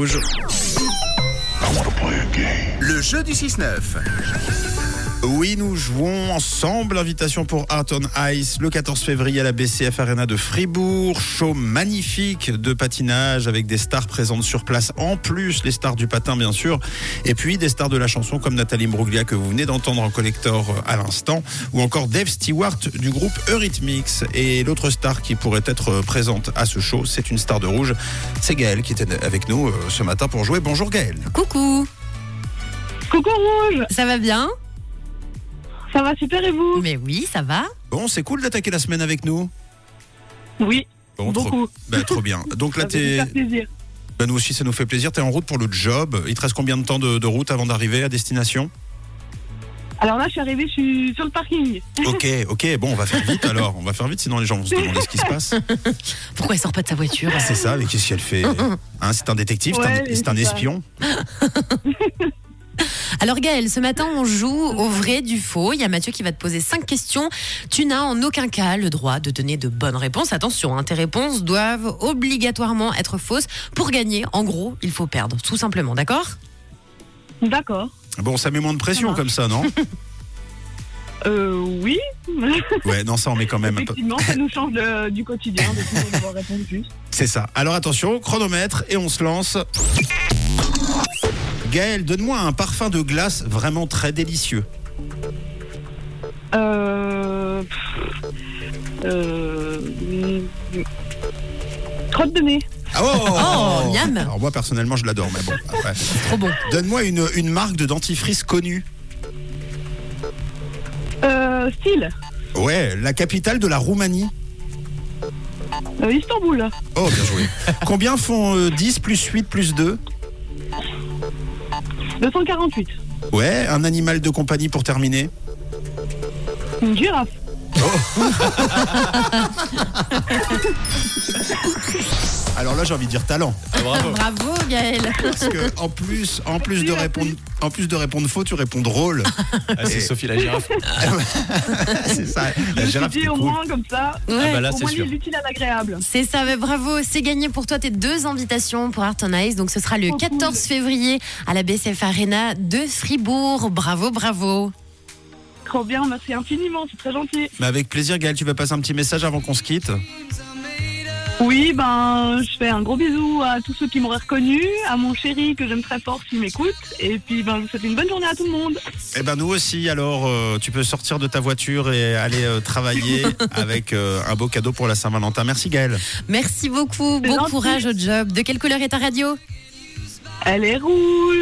Bonjour. Le jeu du 6-9. Oui, nous jouons ensemble. Invitation pour Art on Ice le 14 février à la BCF Arena de Fribourg. Show magnifique de patinage avec des stars présentes sur place. En plus, les stars du patin, bien sûr. Et puis, des stars de la chanson comme Nathalie Bruglia que vous venez d'entendre en collector euh, à l'instant. Ou encore Dave Stewart du groupe Eurythmics. Et l'autre star qui pourrait être euh, présente à ce show, c'est une star de rouge. C'est Gaël qui était avec nous euh, ce matin pour jouer. Bonjour Gaël. Coucou, Coucou Rouge, ça va bien ça va super et vous Mais oui, ça va. Bon, c'est cool d'attaquer la semaine avec nous. Oui, Bon, trop- beaucoup. bah, trop bien. Donc là, Ça fait t'es. super plaisir. Bah, nous aussi, ça nous fait plaisir. T'es en route pour le job. Il te reste combien de temps de, de route avant d'arriver à destination Alors là, je suis arrivée, je suis sur le parking. Ok, ok. Bon, on va faire vite alors. On va faire vite, sinon les gens vont se demander ce qui se passe. Pourquoi elle sort pas de sa voiture C'est ça, mais qu'est-ce qu'elle fait Hein, C'est un détective, c'est un- Ouais, c'est un, c'est ça. espion. Alors Gaël, ce matin on joue au vrai du faux. Il y a Mathieu qui va te poser cinq questions. Tu n'as en aucun cas le droit de donner de bonnes réponses. Attention, hein, tes réponses doivent obligatoirement être fausses. Pour gagner, en gros, il faut perdre, tout simplement, d'accord D'accord. Bon, ça met moins de pression Ça comme ça, non Euh, oui, Ouais, non, ça on met quand même un peu. effectivement, ça nous change de- du quotidien de toujours devoir répondre juste. C'est ça. Alors attention, chronomètre et on se lance. Gaël, donne-moi un parfum de glace vraiment très délicieux. Euh, pff, euh, mm, Crotte de nez. Ah, Oh, Oh, miam. Alors moi personnellement je l'adore, mais bon. après. Trop bon. Donne-moi une, une marque de dentifrice connue. Euh, style. Ouais, la capitale de la Roumanie. Euh, Istanbul. Oh, bien joué. Combien font euh, 10 plus 8 plus 2 248. Ouais, un animal de compagnie pour terminer. Une girafe. Alors là j'ai envie de dire talent. Bravo Gaël. Parce que en plus, en plus de répondre, en plus de répondre faux, tu réponds drôle. Ah, c'est Et- Sophie la girafe. C'est ça. La Je me girafe, suis dit, c'est au cool. moins comme ça. Ouais. Ah bah là, au c'est moins sûr. l'utile à l'agréable. C'est ça, mais bravo, c'est gagné pour toi tes deux invitations pour Art on Ice. Donc ce sera le Trop cool. 14 février à la BCF Arena de Fribourg. Bravo, bravo. Trop bien, merci infiniment, c'est très gentil. Mais avec plaisir, Gaël, tu vas passer un petit message avant qu'on se quitte. Oui, ben, je fais un gros bisou à tous ceux qui m'auraient reconnu, à mon chéri que j'aime très fort s'il m'écoute, et puis ben, je vous souhaite une bonne journée à tout le monde. Eh ben nous aussi, alors euh, tu peux sortir de ta voiture et aller euh, travailler avec euh, un beau cadeau pour la Saint-Valentin. Merci Gaël. Merci beaucoup. C'est Bon gentil. courage au job. De quelle couleur est ta radio Elle est rouge